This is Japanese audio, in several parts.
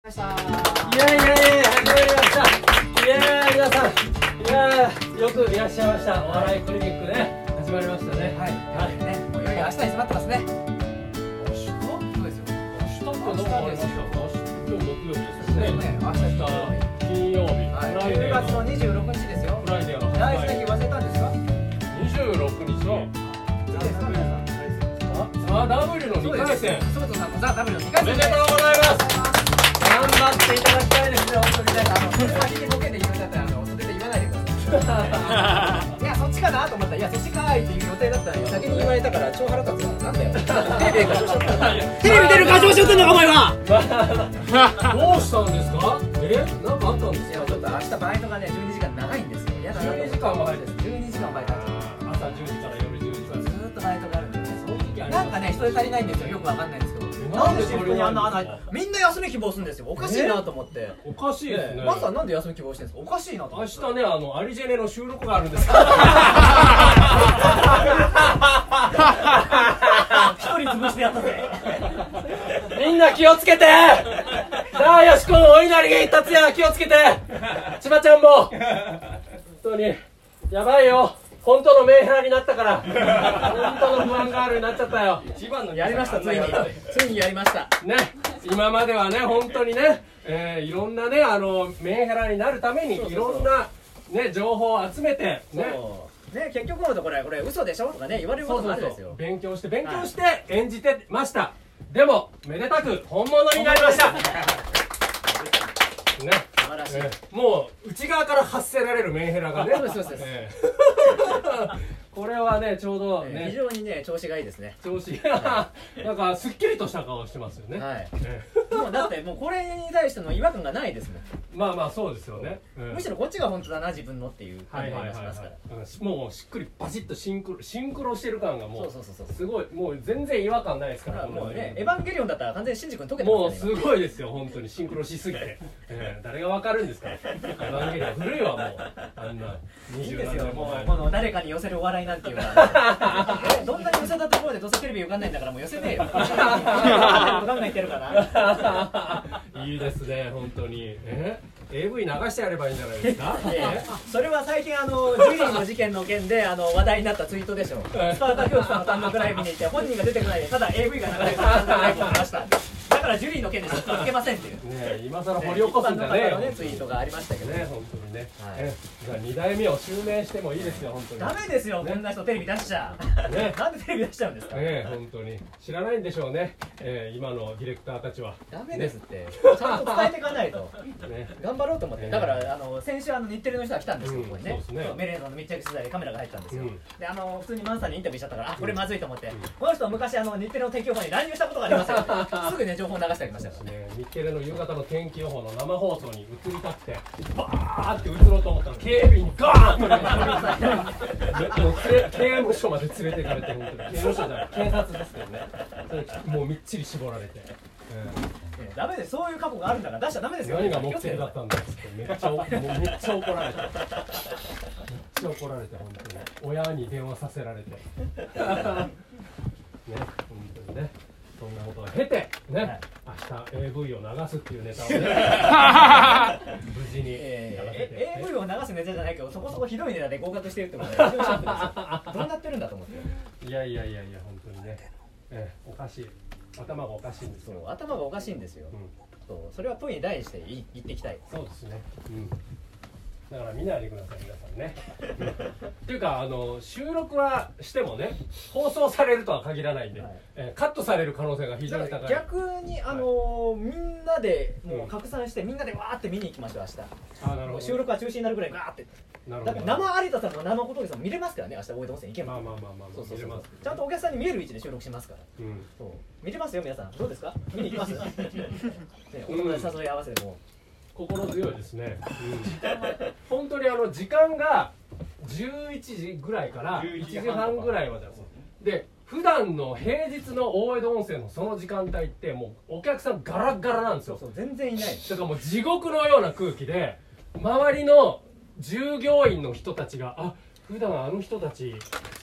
イエーイイエーイ始まりましましたたイエーイ皆さんいやーよくいらっしゃいましたお笑いクリニックね始まりましたねはい、はいね、もういよいよ明日に迫ってますね明日そうですよ明日って何かありますか明日今日木曜日ですそようでねすね明日明日金曜日フはライい、デ10ーの月の26日ですよフライデーの大好発売きな日忘れたんですか26日のいいですか皆さザ・んダブルの2回戦そうですソートさんのザ・ダブルの2回おめ戦でとうございます頑張っていただきたいですよ本当になんかあのそれ先にボケて言うんだったらあのそれで言わないでくださいいやそっちかなと思ったらいやそっちかーいっていう予定だったら先に言われたから超腹立つななんだよ テレビで過剰しようと思ったテレビ出る過剰しようってんのかお前はどうしたんですかえなんかあったんですかいやちょっと明日バイトがね12時間長いんですよ嫌だなと思って12時間は入る12時間バイト朝10時から夜10時までずーっとバイトがあるんでねそういう時ありますなんかね人手足りないんですよよくわかんないんですけどえなんでシフトにあんななんで穴みんな休み希望するんですよおかしいなと思っておかしいですねマツさんなんで休み希望してるんですかおかしいなと思明って日ねあのアリジェネの収録があるんですけど一人潰してやったぜみんな気をつけてさあよしこお稲荷達也気をつけて千葉ちゃんも本当にやばいよ本当のメンヘラになったから本当の不安ガールになっちゃったよ一番のやりましたついについにやりましたね今まではね本当にね、えーいろんなねあのメンヘラになるためにいろんなね情報を集めてねそうね結局のところはこれ嘘でしょとかね言われるこそうとそもあうるんですそうよ勉強して勉強して演じてました、でもめでたく本物になりましたね素晴らしいえーもう内側から発せられるメンヘラがねそうですそうですえ ーこれはねちょうどえー非ね常にね調子がいいですね調子がなんかすっきりとした顔してますよね、はいえもうだってもうこれに対しての違和感がないですもんーまあまあそうですよね、うんむしろこっちが本当だな自分のっていう感はじいにはいなはいはりいますからうんもうしっくりバチッとシンクロシンクロしてる感がもそううそうそうそうすごいもう全然違和感ないですだかかららもうね「こエのヴァンゲリオン」だったら完全にシンジ君解けてもまうすすよねごいですよ、本当にシンクロしすぎ て、えー誰がわかるんですか、エヴァンゲリオン古いわ、もう、あんな、今二いい十です何よ年もも前うこの誰かに寄せるお笑いなんていうのは ねどんなに寄せたところでどうせテレビ受かんないんだからもう寄せねえよ受かんないってるからいいですね、本当に、え AV 流してやればいいんじゃないです か、ええそれは最近あのジュリーの事件の件であの話題になったツイートでしょスパルタ教室の単独ライブに行って本人が出てこないでただ AV が流れてる単独ライブを見ましただからジュリーの件でちょっと受けませんっていうねえ今さら掘り起こすんじゃねえ一般よ、の方のねツイートがありましたけどね、本当にね、はいえじゃあ、2代目を襲名してもいいですよ、本当に。ダメですよねこんな人テレビ出しちゃ ねなんでテレビ出しちゃうんですかねえ本当に知らないんでしょうね、えー今のディレクターたちは、ダメですってちゃんと伝えていかないと ね、頑張ろうと思っえてえだからあの先週あの日テレの人が来たんですようんここにそうねですねそうメレーザの密着取材でカメラが入ったんですようんであの普通にマンさんにインタビューしちゃったからあこれまずいと思ってこの人は昔あの日テレの天気予報に乱入したことがありま すよすぐね情報流してありましたからねね、日テレの夕方の天気予報の生放送に移りたくてバーって移ろうと思ったら警備にガーンとねもう警刑務所まで連れていかれて本当に刑務所じゃない警察ですけどねそれもうみっちり絞られて、ねダメですそういう過去があるんだから出しちゃダメでうんすよ何が目的だったんだっつってめっちゃおもうめっちゃ怒られてめっちゃ怒られて本当に親に電話させられてね本当にねそんなことを経てね、はい明日 AV を流すっていうネタをね無事に流せて、えーえ AV を流すネタじゃないけどそこそこひどいネタで合格してるってことは非常にショックですよどうなってるんだと思っていやいやいやいや本当にね、ええおかしい頭がおかしいんですそよう頭がおかしいんですようん、そうそれは問いに対してい言っていきたいそうですね、うん、だから見ないでください皆さんね、うんっていうかあの収録はしてもね放送されるとは限らないんで、はいええカットされる可能性が非常に高い逆に、あのーみんなでもう拡散して、みんなでわーって見に行きましょうあな明るほ日収ど録は中止になるぐらいガーってなるだほからど生有田さんも生小峠さんも見れますからね明日大江戸温泉行けば、まあまあまあまあ、そうそ見うそれうますちゃんとお客さんに見える位置で収録しますからうんそう見れますよ皆さんどうですか見に行きます ねお友達誘い合わせでも心強いですね、うん、本当にあの時間が11時ぐらいから1 11時時半ぐらいまでなんですよで普段の平日の大江戸温泉のその時間帯ってもうお客さんガラッガラなんですそうよそう全然いないだからもう地獄のような空気で周りの従業員の人たちがあ普段あの人たち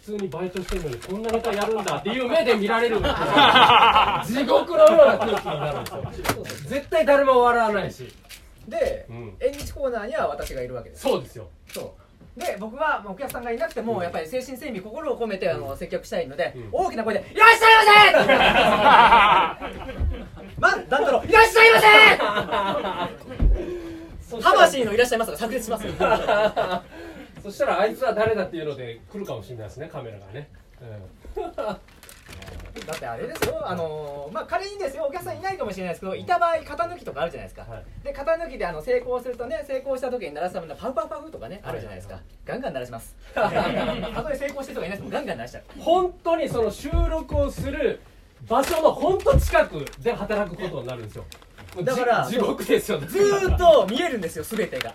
通にバイトしてるのにこんなネタやるんだっていう目で見られる地獄のような空気になるんですよ絶対誰も笑わないし、でうん、縁日コーナーには私がいるわけですそうですよ、そうで僕はもうお客さんがいなくても、やっぱり誠心誠意心を込めてあの接客したいので、うん大きな声で「いらっしゃ いませ!」なんだろう「いらっしゃいませ!」魂の「いらっしゃいませ」が炸裂し ますよそしたらあいつは誰だっていうので来るかもしれないですねカメラがね、だってあれですよあのーまあ仮にですよお客さんいないかもしれないですけどいた場合型抜きとかあるじゃないですか、はいで型抜きであの成功するとね成功した時に鳴らすためのパウパウパウとかねあるじゃないですか、はいガンガン鳴らします たとえ成功してる人がいなくてもガンガン鳴らしちゃううん、本当にその収録をする場所の本当近くで働くことになるんですよもうだからじ地獄ですよねずーっと見えるんですよ全てが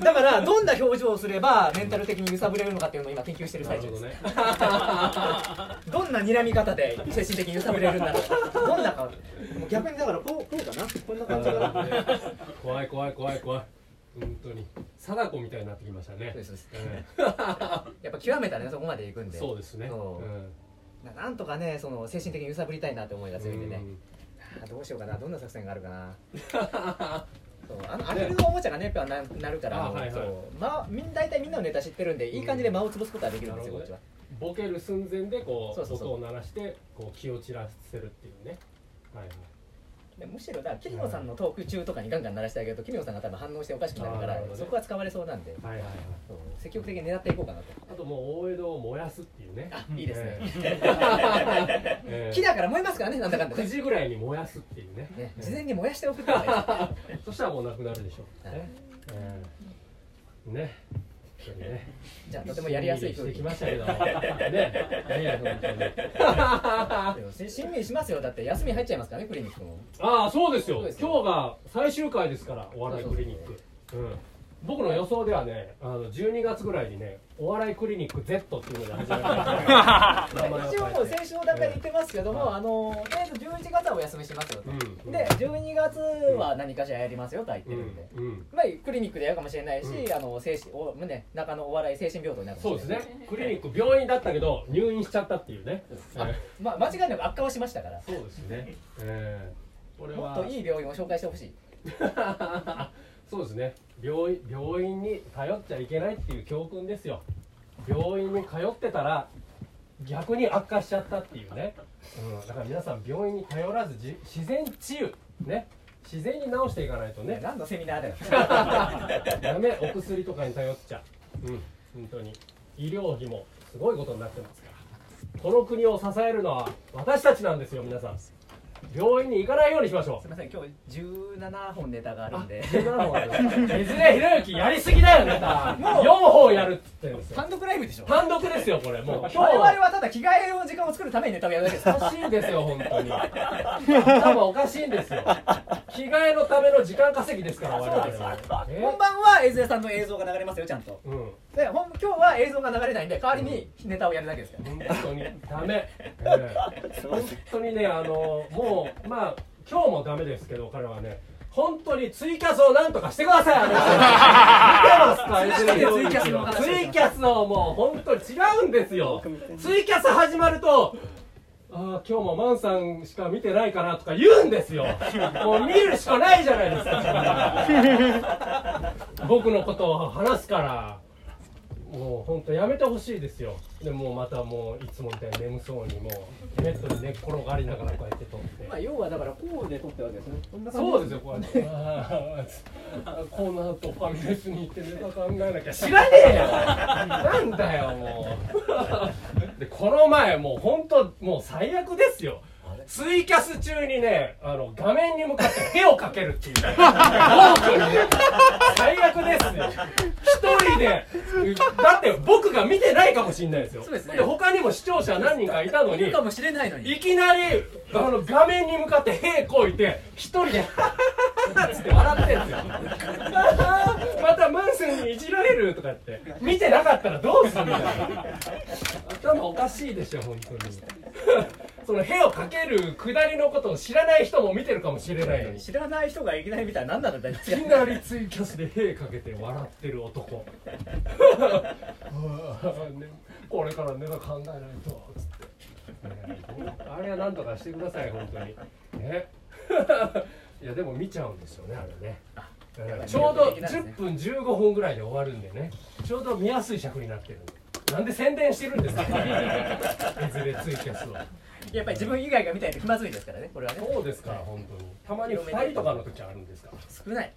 だからどんな表情をすればメンタル的に揺さぶれるのかっていうのを今研究してるな最る中ほですどど,、ねんな睨み方で精神的に揺さぶれるんだろうどんな顔もう逆にだからこうこうかなこんな感じかなそう 怖い怖い怖い怖い本当に貞子みたいになってきましたねですそうですえやっぱ極めたらねそこまで行くんえでそうですねそうんななんとかねその精神的に揺さぶりたいなって思いが強いんでねうんあーどうしようかなどんな作戦があるか なそうあのアナログのおもちゃがねやっぱななるからあはいはいそうまみん大体みんなのネタ知ってるんでいい感じで間を潰すことはできるんですよ、うんこっちはボケる寸前でこうそうそうそう音を鳴らしてこう気を散らせるっていうねはいはいでむしろだから桐野さんのトーク中とかにガンガン鳴らしてあげると桐野さんが多分反応しておかしくなるかあーならるほどねそこは使われそうなんではいはいはいそう積極的に狙っていこうかなとあともう大江戸を燃やすっていうねあいいです ねええ木だから燃えますからねなんだかんだ9ね時ぐらいに燃やすっていうねね事前に燃やしておくっていうのがい いでそしたらもうなくなるでしょうはいねええね本当にねすじゃあとてもやりやすいし空て気きましたけどねね本当にでもし親身しますよだって休み入っちゃいますからねクリニックも ああそうですよそうですよ今日が最終回ですからお笑いクリニックうん僕の予想ではねあの12月ぐらいにねお笑いクリニック Z っていうのが始まる名前を一応もう変え先週の段階で言ってますけどうも、んあのとりあえず11月はお休みしますよと、てうんで12月は何かしらやりますよとは言ってうるんで、んうんまあ、クリニックでやるかもしれないし、うあの精神お、ね、中野お笑い精神病棟になるかそうもでしすれないねクリニック病院だったけど入院しちゃったっていうねあまあ、間違いなく悪化はしましたからそうですねええこれもはっといい病院を紹介してほしいそうですね病院病院に通っちゃいけないっていう教訓ですよ病院に通ってたら逆に悪化しちゃったっていうね、うん、だから皆さん病院に頼らずじ自然治癒ね自然に治していかないとね 何のセミナーだよダメお薬とかに頼っちゃううん本当に医療費もすごいことになってますからこの国を支えるのは私たちなんですよ皆さん病院に行かないようにしましょうすみません今日17本ネタがある んでいずれひろゆきやりすぎだよねもう4本やるっつってるんですよ単独ライブでしょ単独ですよこれもう今日我々ははただ着替えの時間を作るためにネタをやるだけですおかしいですよ本当に頭おかしいんですよ着替えのための時間稼ぎですから我々はえ本番は江添さんの映像が流れますよちゃんとうんで本今日は映像が流れないんで代わりにネタをやるだけですから、本当にダ メ、ええ本当にねあのもうまあ今日もダメですけど彼はね本当にツイキャスをなんとかしてくださいあの人見てますか ツイキャスの話ツイキャスをもう本当に違うんですよツイキャス始まるとああ今日もマンさんしか見てないかなとか言うんですよもう見るしかないじゃないですか僕のことを話すからもう本当やめてほしいですよでもうまたもういつもみたいに眠そうにもうベッドで寝っ転がりながらこうやって撮って、まあ、要はだからこうで撮ってるわけですねこんな感じそうですよこうやってあーこの後ファミレスに行ってネタ考えなきゃ知らねえよなんだよもうでこの前もう本当もう最悪ですよツイキャス中にねあの画面に向かって手をかけるっていうね文句にね最悪ですよ一人でだって僕が見てないかもしれないですよそうですね他にも視聴者何人かいたのいるにかもしれないのにいきなりあの画面に向かって「へえ」こいて一人で「ハハハハ」つって笑ってんすよ「またマンスにいじられる」とかって見てなかったらどうするんだよ頭おかしいでしょ本当にその「へ」をかけるくだりのことを知らない人も見てるかもしれないのに知らない人がいきなり見たら何なんだよ いきなりツイキャスで「へ」かけて笑ってる男 ねこれからネタ考えないとつってねあれはなんとかしてください本当にね いやでも見ちゃうんですよねあれねぱりちょうど魅力的なんですね10分15分ぐらいで終わるんでねちょうど見やすい尺になってるんでなんで宣伝してるんですか いずれツイキャスをやっぱり自分以外が見たいと気まずいですからねこれはねそうですから本当にたまに2人とかの時あるんですから少ない、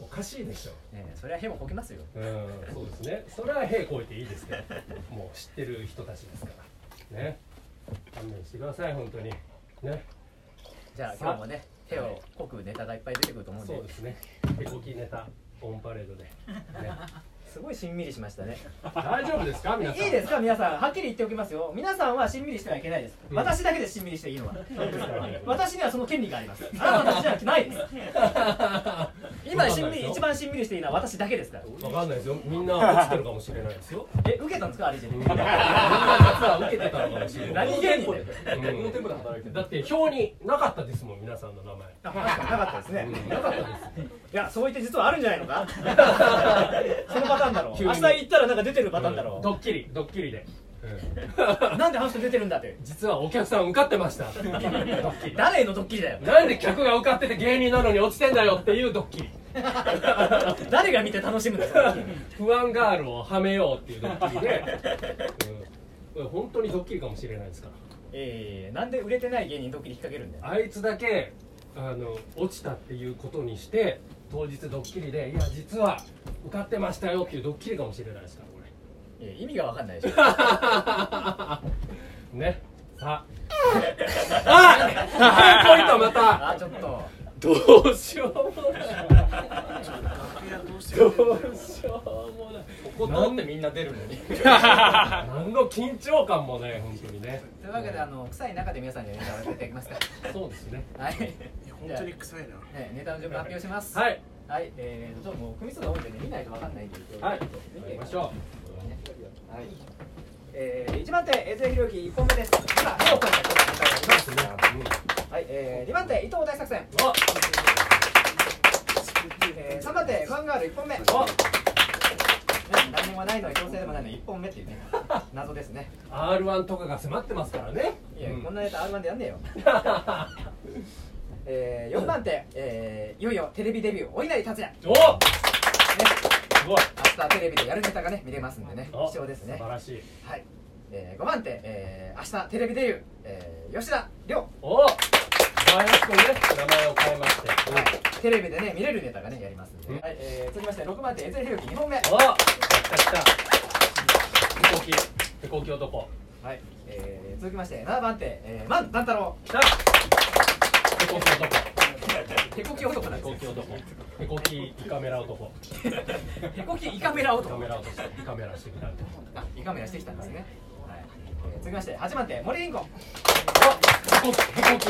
おかしいでしょね、それはへもこきますようんそうですねそれは平行いていいですけどもう知ってる人たちですからね勘弁してください本当にねじゃあ今日もね手をこくネタがいっぱい出てくると思うんでそうですねへこきネタオンパレードで、ね、すごいしんみりしましたね大丈夫ですか皆さんいいですか皆さんはっきり言っておきますよ皆さんはしんみりしてはいけないでうす、ん私だけでしんみりしていいのはそうですから私にはその権利がありますあなたたちにはないです 今しんみり一番しんみりしていいのは私だけですからわかんないですよみんな落ちてるかもしれないですよえ受けたんですかあれじゃみんな実 は受けてたのかもしれない何芸人だようんだって表になかったですもん皆さんの名前なかったですね、ういんなかったですやそう言って実はあるんじゃないの かそのパターンだろう急に明日行ったらなんか出てるパターンだろドッキリドッキリで、うなんであの人出てるんだって実はお客さん受かってましたドッキリ誰へのドッキリだよなんで客が受かってて芸人なのに落ちてんだよっていうドッキリ誰が見て楽しむんですか不安ガールをはめようっていうドッキリで、うん、これ本当にドッキリかもしれないですからえー、なんで売れてない芸人ドッキリ引っ掛けるんだよあいつだけあの落ちたっていうことにして当日ドッキリでいや実は受かってましたよっていうドッキリかもしれないですからこれいや意味が分かんないでしょ ねさ ああポイントまたあーちょっとどうしよ うもない。どうしようもない。ここ通ってみんな出るのに。何の緊張感もない、本当にね。というわけであの臭い中で皆さんにネタをやっていただきますかそうですね。はい本当に臭いなじゃあねネタの順番発表しますはい。はいえー、ちょっともう組数が多いんでね見ないと分かんないんではい。行見てきみままししょうょはいえー、1番手江津ひろゆき1本目です今目をこえてネタをやりますう。うはい、えー、2番手伊藤大作戦んお、えー、3番手ファンガール1本目お、何もないのに強制でもないのに1本目ってい うね謎ですね R1 とかが迫ってますからね。いや、うんこんなネタ R1 でやんねえよえー、4番手、えー、いよいよテレビデビューお稲荷達也ねお、すごい。明日テレビでやるネタがね見れますんでねお貴重ですね素晴らしい。はい、えー、5番手、えー、明日テレビデビュー、えー、吉田亮、お、前橋君ね、名前を変えまして。はい、テレビでね見れるネタがねやりますんで、うんはいえー、続きまして6番手江津ひろゆき2本目お、来た来た。飛行機、飛行機男。はい、えー、続きまして7番手、えー、万段太郎来た。飛行機男。へこき男なんへですこよき男へこきイカメラ男へこきイカメライ男 カメラ男イカメラしてきたんであイカメラしてきたんですね、はいえー、続きまして8番手森凛 子あへこ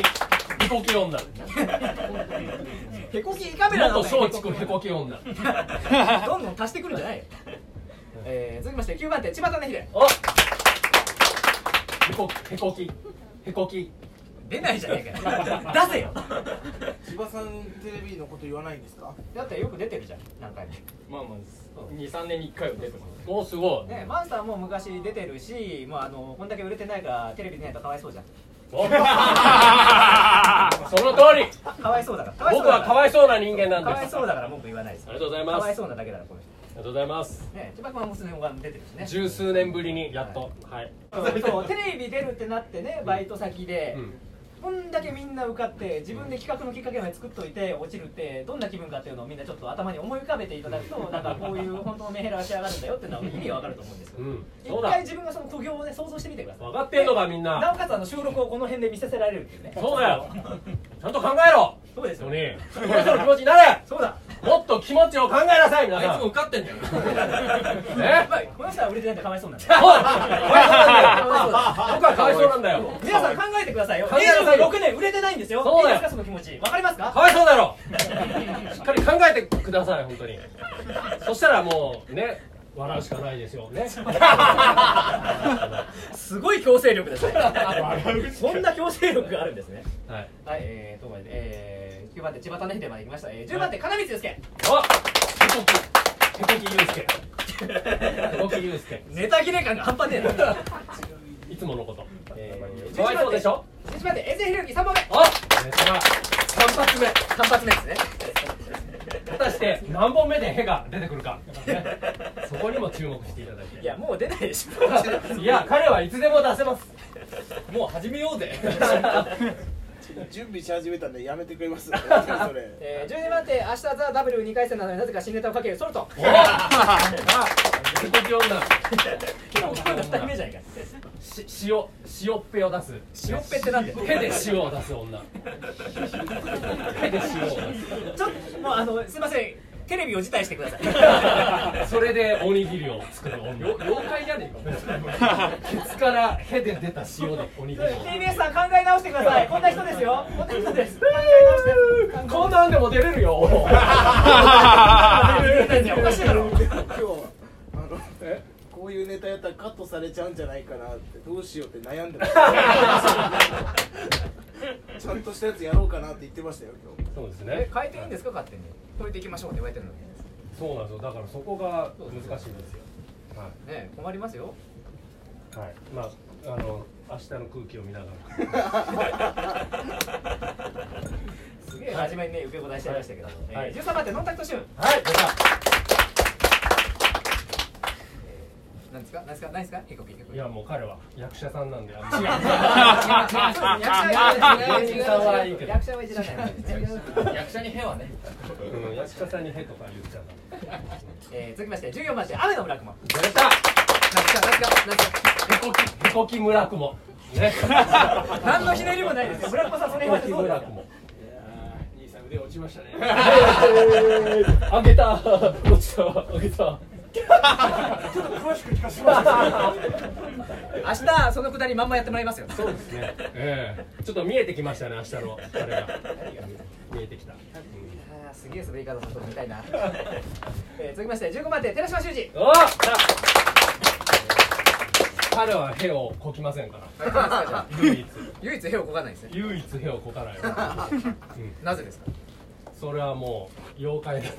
きへこきへこき女へこきイカメラの元松竹へこき女どんどん足してくるんじゃないよ、えー、続きまして9番手千葉種秀おへこへこきへこき出ないじゃね えかよ出せよ千葉さんテレビのこと言わないんですかだってよく出てるじゃん何回もまあまあ23年に1回は出てますおすごいねマンスターも昔出てるしまああのこんだけ売れてないからテレビ出ないとかわいそうじゃんおその通りかわいそうだからかわいそ僕うだからはかわいそうな人間なんかわいですあそうだから文句言わないですりがとうございかますわあいりそうなだけだからこの人がとうございますね千葉君は娘も出てるしね十数年ぶりにやっとはいそうテレビ出るってなってねバイト先で、うんこんだけみんな受かって自分で企画のきっかけまで作っといて落ちるってどんな気分かっていうのをみんなちょっと頭に思い浮かべていただ くとなんかこういう本当のメンヘラが仕上がるんだよっていうのは意味がわかると思うんですようんそ一うだ回自分がその苦行をね想像してみてください分かってんのかみんななおかつあの収録をこの辺で見させられるっていうねそうだよちゃんと考えろそうですよ本当にそれぞれの気持ちになれそうだもっと気持ちを考えなさい皆さんあいつも受かってんだよやっねぱりこの人は売れてないとかわい そうなおんいだかよわいそうなんだよ僕はかわいそうなんだよ皆さん考えてくださいよ考えなさいよ26年売れてないんですよそうだよいいですかその気持ちわかりますか かわいそうだろしっかり考えてください本当にそしたらもうね笑うしかないですよねすごい強制力です ね笑うしそんな強制力があるんですねはいはいえーとまでえー9番手千葉種秀まで行きました、えー、10番手金光祐介あ手こき手こきゆうすけ手こきゆうすけ ネタ切れ感が半端 ねえないつものことえーかわいそうでしょ11番手江瀬ひろゆき3番目あ3発目3発目ですね果たして何本目でへが出てくるか、ね、そこにも注目していただいていやもう出ないでしょいや彼はいつでも出せますもう始めようぜ準備し始めたんでやめてくれ ます。それ。えー、12番手明日ザ・ W2 回戦なのになぜか新ネタをかけるソルトおあ手こき女今日2人目じゃないかし塩塩っぺを出す塩っぺってなんで手で塩を出す女手で塩をちょっともうあのすいませんテレビを辞退してください 出すそれでおにぎりを作る女妖怪じゃねえかケツからへで出た塩でおにぎりを TBS さん考え直してくださいこんな人ですよこんな人です考え直してこんなんでも出れるよおかしいだろ今日あのえこういうネタやったらカットされちゃうんじゃないかなってどうしようって悩んでま したちゃんとしたやつやろうかなって言ってましたよ今日。そうですえね変えていいんですか勝手に解いていきましょうって言われてるのにそうなんですよだからそこが難しいんですよはね困ります よい、はい、まああの明日の空気を見ながすげえ真面目にね受け答えしちゃいましたけど、はいえー、13番手ノンタクトシュンらはい出た何ですか何ですか何ですか結構結構いやもう彼は役者さんなんであの違う。役者 はいじらない。役者はいじらない。役者に変はねうん、役者さんに「へ」とか言っちゃうえー続きまして14番手雨の村雲。やれたなんかなんかなんかへこきへこき村雲ね何のひねりもないですよ。村雲さんそれへ言わこれてきそうだ村よ。雲兄さん腕落ちましたね あげた落ちたあげたちょっと詳しく聞かせて明日そのくだりまんまやってもらいますよ。そうですねええちょっと見えてきましたね明日のあれが見えてきた、うんあーすげえ滑り方させてみたいな。えー続きまして15番手寺島修司。おっ彼はへをこきませんから唯一唯一兵をこがないですね。唯一へをこかないわ、うん、なぜですか。それはもう妖怪なん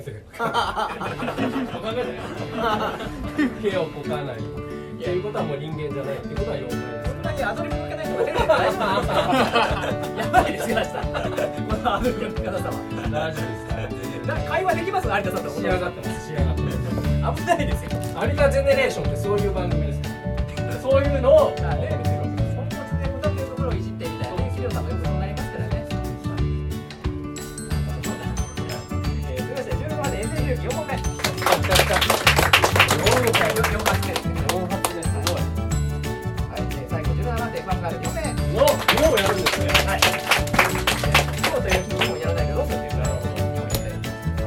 で毛をこかないということはもう人間じゃないっていうことは妖怪ですそんなにアドリブかけない人が出てるの大丈夫ですか。やばいですよ明日。このアドリブの方様。大丈夫ですかな会話できます有田さんと。仕上がってます仕上がってます危ないですよ。有田ジェネレーションってそういう番組ですそういうのをあね、ポンコツで歌ってるところをいじってみたいなね、資料さんもよくそうなりますからね。えーということで16番で遠征勇気4本目。4回4発目ですねはいえー最後17番でファンガール4名。ののをやるんですねはい。今日という日にもやらないけどどうするって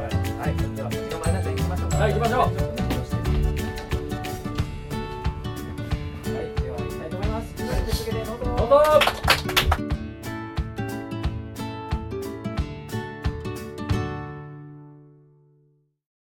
いうか。はい。では名前なんて行きましょうか。はい行きましょうはい。では行きたいと思います。続けてどうぞどうぞ